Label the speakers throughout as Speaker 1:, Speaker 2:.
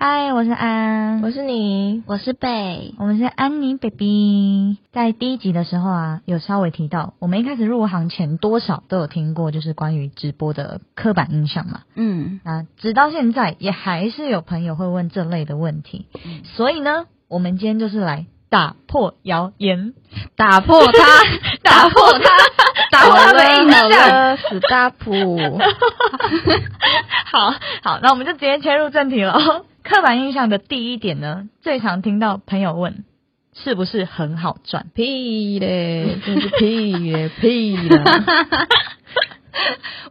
Speaker 1: 嗨，我是安，
Speaker 2: 我是你，
Speaker 3: 我是贝，
Speaker 1: 我们是安妮 baby。在第一集的时候啊，有稍微提到，我们一开始入行前多少都有听过，就是关于直播的刻板印象嘛。
Speaker 3: 嗯，
Speaker 1: 啊，直到现在也还是有朋友会问这类的问题，
Speaker 3: 嗯
Speaker 1: 所以呢，我们今天就是来打破谣言，
Speaker 3: 打破 它， 打破它，打破它的印
Speaker 2: 好
Speaker 3: 象。
Speaker 2: 了，死大谱，
Speaker 1: 好好，那我们就直接切入正题了。 刻板印象的第一点呢，最常听到朋友问是不是很好赚？
Speaker 2: 屁嘞，真是屁嘞，屁啦！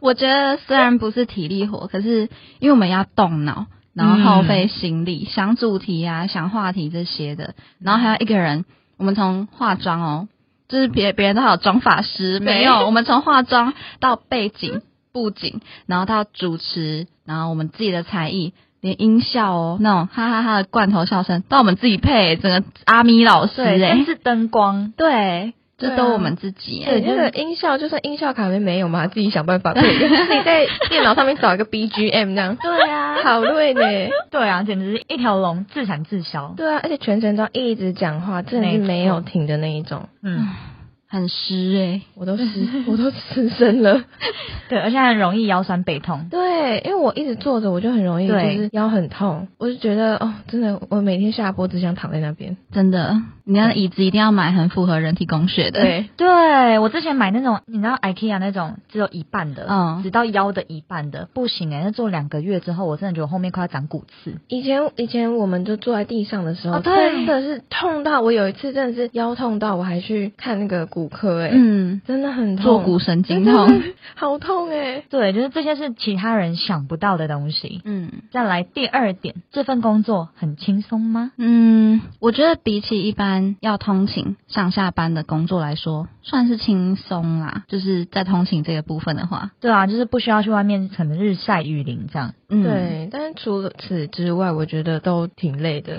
Speaker 3: 我觉得虽然不是体力活，可是因为我们要动脑，然后耗费心力，
Speaker 2: 嗯
Speaker 3: 想主题啊，想话题这些的，然后还要一个人，我们从化妆哦，就是别别人都好妆发师，没有，我们从化妆到背景布景，然后到主持，然后我们自己的才艺。连音效哦，那种哈哈哈的罐头笑声，到我们自己配，整个阿咪老师
Speaker 1: 对，
Speaker 3: 哎、
Speaker 1: 但是灯光，
Speaker 3: 对，这
Speaker 2: 对
Speaker 3: 都
Speaker 2: 啊
Speaker 3: 我们自己、
Speaker 2: 对，
Speaker 3: 欸。
Speaker 2: 那个音效就算音效卡面没有嘛，自己想办法配，自己在电脑上面找一个 BGM 这样，
Speaker 1: 对啊，
Speaker 2: 好累呢。
Speaker 1: 对啊，简直是一条龙，自产自销。
Speaker 2: 对啊，而且全程都要一直讲话，真的是没有停的那一种，
Speaker 1: 嗯，
Speaker 3: 很湿哎、
Speaker 2: 我都失，我都失身了。
Speaker 1: 对，而且很容易腰酸背痛。
Speaker 2: 对，因为我一直坐着，我就很容易就
Speaker 1: 对
Speaker 2: 是腰很痛，我就觉得哦，真的，我每天下播只想躺在那边。
Speaker 3: 真的，你那椅子一定要买很符合人体工学的。，
Speaker 2: 对，
Speaker 1: 对我之前买那种，你知道 IKEA 那种只有一半的，
Speaker 3: 嗯
Speaker 1: 只到腰的一半的，不行哎、那做两个月之后，我真的觉得我后面快要长骨刺。
Speaker 2: 以前以前我们就坐在地上的时候，
Speaker 1: 哦对
Speaker 2: 真的是痛到我有一次真的是腰痛到我还去看那个骨科、欸，哎、
Speaker 3: 嗯，
Speaker 2: 真的很痛，
Speaker 3: 坐骨神经
Speaker 2: 真
Speaker 3: 痛。
Speaker 2: 的好痛哎、欸
Speaker 1: 对，就是这些是其他人想不到的东西。
Speaker 3: 嗯
Speaker 1: 再来第二点，这份工作很轻松吗？
Speaker 3: 嗯，我觉得比起一般要通勤上下班的工作来说，算是轻松啦。就是在通勤这个部分的话，
Speaker 1: 对啊，就是不需要去外面可能日晒雨淋这样。
Speaker 3: 嗯，，
Speaker 2: 对，但是除此之外，我觉得都挺累的，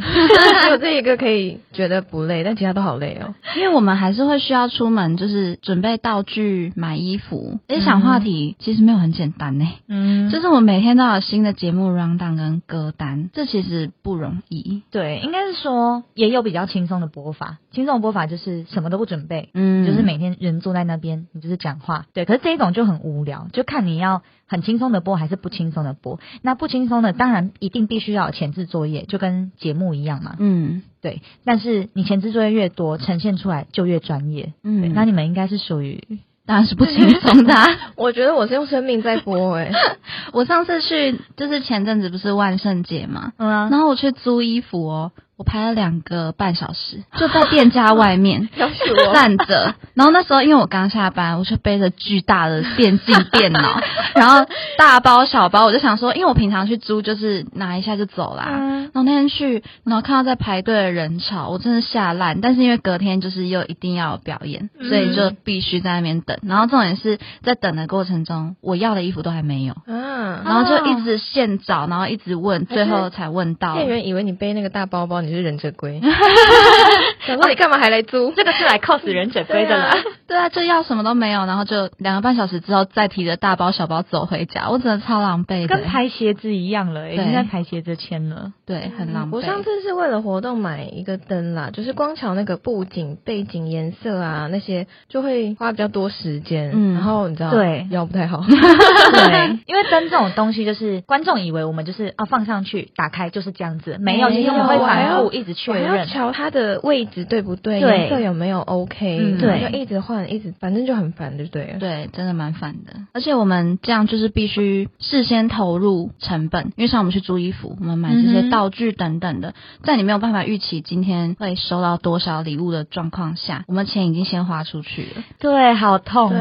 Speaker 2: 只有这一个可以觉得不累，但其他都好累哦。
Speaker 3: 因为我们还是会需要出门，就是准备道具、买衣服。而且想话题其实没有很简单呢、
Speaker 1: 嗯
Speaker 3: 就是我们每天都有新的节目 round down 跟歌单，这其实不容易。
Speaker 1: 对，应该是说也有比较轻松的播法，轻松的播法就是什么都不准备，
Speaker 3: 嗯
Speaker 1: 你就是每天人坐在那边，你就是讲话。对，可是这一种就很无聊，就看你要很轻松的播还是不轻松的播。那不轻松的当然一定必须要有前置作业，就跟节目一样嘛。
Speaker 3: 嗯
Speaker 1: 对，但是你前置作业越多，呈现出来就越专业。对，
Speaker 3: 嗯，
Speaker 1: 那你们应该是属于
Speaker 3: 当然是不轻松的啊、
Speaker 2: 我觉得我是用生命在播 哎、
Speaker 3: 我上次去就是前阵子不是万圣节嘛，
Speaker 1: 嗯啊，
Speaker 3: 然后我去租衣服哦，我排了两个半小时，就在店家外面
Speaker 2: 要死我！
Speaker 3: 站着。然后那时候因为我刚下班，我就背着巨大的电竞电脑，然后大包小包，我就想说，因为我平常去租就是拿一下就走啦。
Speaker 2: 嗯
Speaker 3: 然后那天去，然后看到在排队的人潮，我真的吓烂。但是因为隔天就是又一定要有表演，所以
Speaker 2: 嗯
Speaker 3: 就必须在那边等。然后重点是在等的过程中，我要的衣服都还没有。
Speaker 2: 啊，
Speaker 3: 然后就一直现找，然后一直问，
Speaker 2: 还是
Speaker 3: 最后才问到。
Speaker 2: 店员以为你背那个大包包你是忍者龟，想说你干嘛还来租？
Speaker 1: 这个是来 cos 忍者龟的啦。
Speaker 3: 对啊，就要什么都没有，然后就两个半小时之后再提着大包小包走回家，我真的超狼狈的
Speaker 1: 跟
Speaker 3: 欸，
Speaker 1: 排鞋子一样了，已经
Speaker 3: 对
Speaker 1: 在排鞋子签了。
Speaker 3: 对，很狼狈。
Speaker 2: 我上次是为了活动买一个灯啦，就是光瞧那个布景、背景颜色啊那些，就会花比较多时间。
Speaker 3: 嗯
Speaker 2: 然后你知道，
Speaker 1: 对
Speaker 2: 腰不太好。
Speaker 1: 对，因为灯这种东西就是观众以为我们就是啊放上去打开就是这样子，没有，
Speaker 3: 没
Speaker 1: 其
Speaker 3: 有
Speaker 1: 实我们会
Speaker 3: 我还
Speaker 1: 反
Speaker 2: 要
Speaker 1: 复一直确
Speaker 2: 我还要
Speaker 1: 认。
Speaker 2: 瞧它的位置对不对，
Speaker 1: 对
Speaker 2: 颜色有没有 OK，、
Speaker 3: 嗯
Speaker 2: 然后
Speaker 1: 对
Speaker 2: 就一直换，一直反正就很烦，对不对了？
Speaker 3: 对，真的蛮烦的。而且我们这样就是必须事先投入成本，因为像我们去租衣服，我们买这
Speaker 1: 嗯哼
Speaker 3: 些道具等等的，在你没有办法预期今天会收到多少礼物的状况下，我们钱已经先花出去了。
Speaker 1: 对，好痛
Speaker 2: 对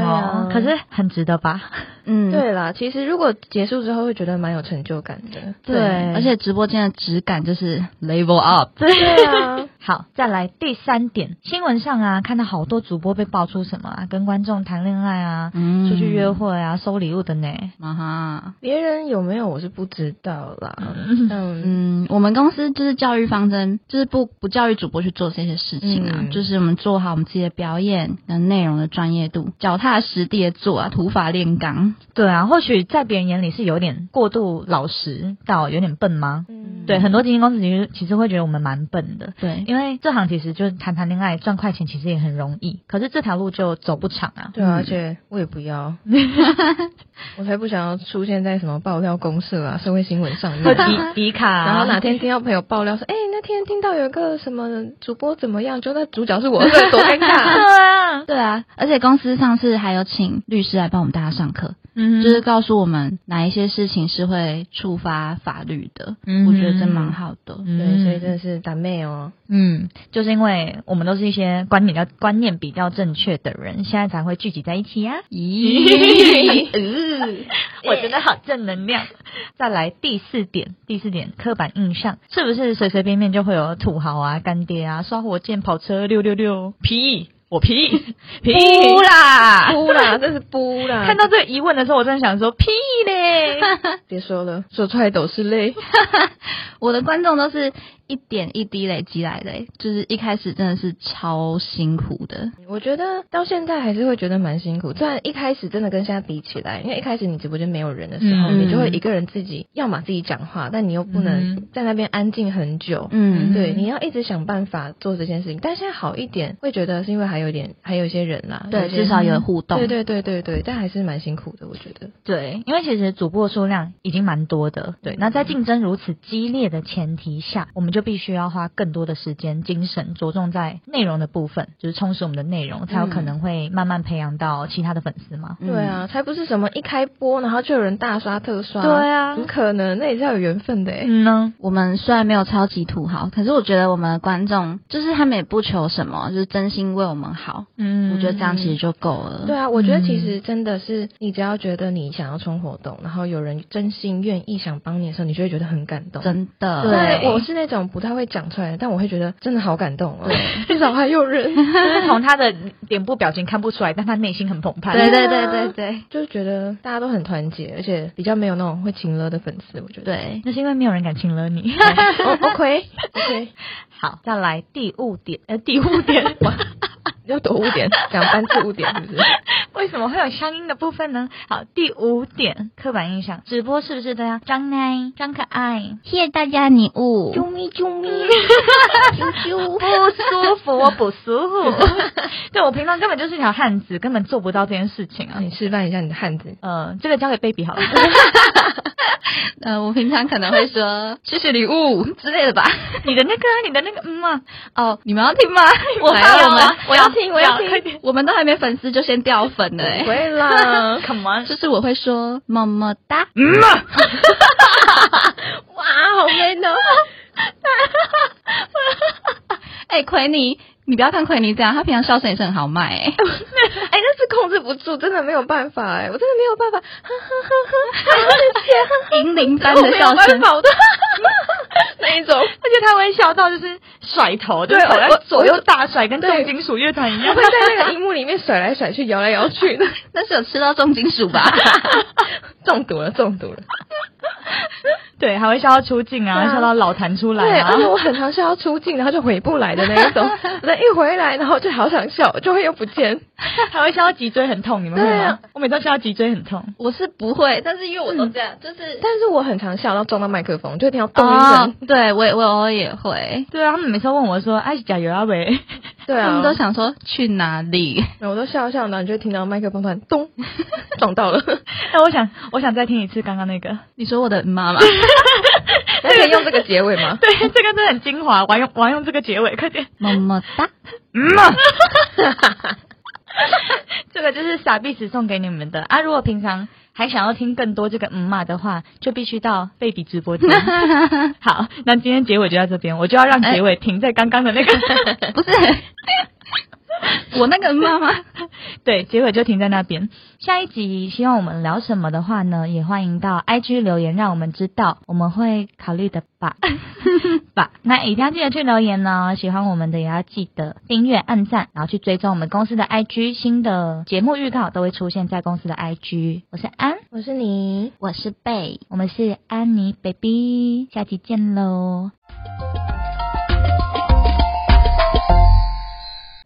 Speaker 2: 啊，
Speaker 1: 哦可是很值得吧？
Speaker 3: 嗯，
Speaker 2: 对啦，其实如果结束之后会觉得蛮有成就感的。
Speaker 1: 对
Speaker 3: 而且直播间的质感就是 level up。
Speaker 2: 对啊，
Speaker 1: 好，再来第三点，新闻上啊看到好多主播被爆出什么啊，跟观众谈恋爱啊，
Speaker 3: 嗯
Speaker 1: 出去约会啊，收礼物的呢。
Speaker 3: 啊哈，
Speaker 2: 别人有没有我是不知道啦。嗯，
Speaker 3: 嗯，我们公司就是教育方针，就是不不教育主播去做这些事情啊，
Speaker 2: 嗯
Speaker 3: 就是我们做好我们自己的表演跟内容的专业度，脚踏实地的做啊，土法炼钢。
Speaker 1: 对啊，或许在别人眼里是有点过度老实到有点笨吗？
Speaker 2: 嗯
Speaker 1: 对，很多经纪公司其实其实会觉得我们蛮笨的，
Speaker 3: 对，
Speaker 1: 因为这行其实就是谈谈恋爱赚快钱，其实也很容易，可是这条路就走不长啊。
Speaker 2: 对啊，而且我也不要， 我才不想要出现在什么爆料公社啊、社会新闻 上
Speaker 1: 或
Speaker 2: 面。
Speaker 1: 迪迪卡啊，
Speaker 2: 然后哪天听到朋友爆料说，哎、那天听到有个什么主播怎么样，就那主角是我，这多尴 尬。
Speaker 1: 对啊，
Speaker 3: 对啊，而且公司上次还有请律师来帮我们大家上课，
Speaker 1: 嗯
Speaker 3: 就是告诉我们哪一些事情是会触发法律的，
Speaker 1: 嗯
Speaker 3: 我觉得真蛮好的。
Speaker 2: 对，所以真的是打妹 哦。
Speaker 1: 嗯，就是因为我们都是一些观念比较观念比较正确的人，现在才会聚集在一起呀、
Speaker 2: 呃
Speaker 3: 咦，
Speaker 1: 我觉得好正能量。再来第四点，第四点刻板印象是不是随随便便就会有土豪啊、干爹啊、刷火箭、跑车、六六六、屁，我屁屁
Speaker 2: 不
Speaker 1: 啦！
Speaker 2: 不啦，这是不啦。
Speaker 1: 看到这个疑问的时候，我真的想说屁 嘞！
Speaker 2: 别说了，说出来都是泪。
Speaker 3: 我的观众都是一点一滴累积来的、就是一开始真的是超辛苦的，
Speaker 2: 我觉得到现在还是会觉得蛮辛苦，虽然一开始真的跟现在比起来，因为一开始你直播间没有人的时候，
Speaker 1: 嗯
Speaker 2: 你就会一个人自己，要么自己讲话，但你又不
Speaker 1: 嗯
Speaker 2: 能在那边安静很久。
Speaker 3: 嗯，
Speaker 2: 对，你要一直想办法做这件事情，但现在好一点，会觉得是因为还有一点，还有一些人啦，
Speaker 3: 对，
Speaker 2: 有些
Speaker 3: 至少
Speaker 1: 嗯
Speaker 3: 有互动，
Speaker 2: 对对对对对，但还是蛮辛苦的，我觉得。
Speaker 1: 对，因为其实主播数量已经蛮多的，对。那在竞争如此激烈的前提下，我们就必须要花更多的时间、精神，着重在内容的部分，就是充实我们的内容，才有可能会慢慢培养到其他的粉丝嘛。
Speaker 3: 嗯
Speaker 2: 对，啊，才不是什么一开播然后就有人大刷特刷，
Speaker 1: 对啊
Speaker 2: 怎么可能？那也是要有缘分的哎、
Speaker 1: 嗯呢，
Speaker 3: 我们虽然没有超级土豪，可是我觉得我们的观众就是他们也不求什么，就是真心为我们好，
Speaker 1: 嗯，
Speaker 3: 我觉得这样其实就够了。
Speaker 2: 对啊，我觉得其
Speaker 3: 嗯
Speaker 2: 实真的是，你只要觉得你想要冲活动，然后有人真心愿意想帮你的时候，你就会觉得很感动。
Speaker 3: 真的，
Speaker 1: 对
Speaker 2: 对，我是那种不太会讲出来的，但我会觉得真的好感动哦， 至少还有人，
Speaker 1: 就是从他的脸部表情看不出来，但他内心很澎湃。
Speaker 3: 对对对对对
Speaker 2: 就是觉得大家都很团结，而且比较没有那种会情勒的粉丝，我觉得。
Speaker 3: 对，
Speaker 1: 那是因为没有人敢亲了你。
Speaker 2: o OK OK，
Speaker 1: 好，再来第五点，呃，第五点，
Speaker 2: 要多污点，讲班次污点是不是？
Speaker 1: 为什么会有乡音的部分呢？好，第五点，刻板印象，直播是不是都要张奶、张可爱、
Speaker 3: 谢谢大家礼物，
Speaker 2: 咪啾咪，
Speaker 1: 不舒服？我不舒服。 对我平常根本就是一条汉子，根本做不到这件事情啊。
Speaker 2: 你示范一下你的汉字。
Speaker 1: 呃，这个交给 baby 好了。
Speaker 3: 呃，我平常可能会 说谢谢礼物之类的吧。
Speaker 1: 你的那个，你的那个，嗯啊，
Speaker 3: 哦，你们要听吗？
Speaker 1: 我
Speaker 3: 来
Speaker 1: 怕
Speaker 3: 我
Speaker 1: 了
Speaker 3: 们
Speaker 1: 我要听我要听
Speaker 3: 快点我们都还没粉丝就先掉粉了、欸，
Speaker 2: 会 啦，
Speaker 1: ，come on，
Speaker 3: 就是我会说么么哒，
Speaker 1: 嗯啊，
Speaker 2: 哇，好 man 哦！
Speaker 3: 哎、奎尼，你不要看奎尼这样，他平常笑声也是很豪迈、 欸，
Speaker 2: 哎、那是控制不住，真的没有办法哎、我真的没有办法，哈哈 哈哈哈，谢谢。
Speaker 3: 银铃般
Speaker 1: 我
Speaker 3: 的
Speaker 1: 没有
Speaker 3: 笑
Speaker 1: 办
Speaker 3: 声，
Speaker 1: 法，我都，
Speaker 2: 那一种，
Speaker 1: 而且他会笑到就是甩头，就
Speaker 2: 对
Speaker 1: 头在
Speaker 2: 我
Speaker 1: 左右大甩，跟重
Speaker 2: 对
Speaker 1: 金属乐团一
Speaker 2: 我
Speaker 1: 样
Speaker 2: 会。在 那个荧幕里面甩来甩去、摇来摇去的，
Speaker 3: 那是有吃到重金 属吧？
Speaker 2: 中毒了，中 毒了。
Speaker 1: 对，还会笑到出镜
Speaker 2: 对
Speaker 1: 啊，
Speaker 2: 啊
Speaker 1: 笑到老痰出
Speaker 2: 对，
Speaker 1: 来啊
Speaker 2: 而。且我 很常笑到出镜，然后就回不来的那一 种。那一回来，然后就好想笑，就会又不见。
Speaker 1: 还会笑到脊椎很痛，你们会
Speaker 2: 对
Speaker 1: 吗
Speaker 2: 啊？
Speaker 1: 我每次都笑到脊椎很痛。
Speaker 3: 我是不会，但是因为我都这
Speaker 1: 嗯
Speaker 3: 样，就是
Speaker 2: 但是我很常笑到撞到麦克风，就会听到咚一声
Speaker 3: 哦。，对我也我偶尔也会，
Speaker 1: 对啊，他们每次都问我说：“哎，加油啊喂
Speaker 2: 对
Speaker 3: 他
Speaker 2: 啊
Speaker 3: 们，都想说去哪里？
Speaker 2: 然后我都笑笑，然后你就会听到麦克风突然 咚撞到了。！”
Speaker 1: 哎，我想，我想再听一次刚刚那个。
Speaker 3: 你说我的妈 妈，
Speaker 2: 那可以用这个结尾吗？
Speaker 1: 对，这个真的很精华，我要用我要用这个结尾，快点。
Speaker 3: 么么哒，
Speaker 1: 嗯嘛。 这个就是傻逼时送给你们的啊！如果平常还想要听更多这个嗯嘛的话，就必须到贝比直播间。好，那今天结尾就到这边，我就要让结尾停在刚刚的那个。
Speaker 3: 不是 我那个妈妈，
Speaker 1: 对，结尾就停在那边。下一集希望我们聊什么的话呢，也欢迎到 IG 留言让我们知道，我们会考虑的 吧。吧，那一定要记得去留言哦。喜欢我们的也要记得订阅、按赞，然后去追踪我们公司的 IG，新的节目预告都会出现在公司的 IG。我是安，
Speaker 2: 我是你。
Speaker 3: 我是贝。
Speaker 1: 我们是安妮 baby，下期见喽。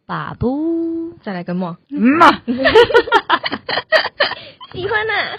Speaker 1: 把布。
Speaker 2: 再来个梦，
Speaker 1: 嗯嘛。
Speaker 2: 喜欢呐、啊。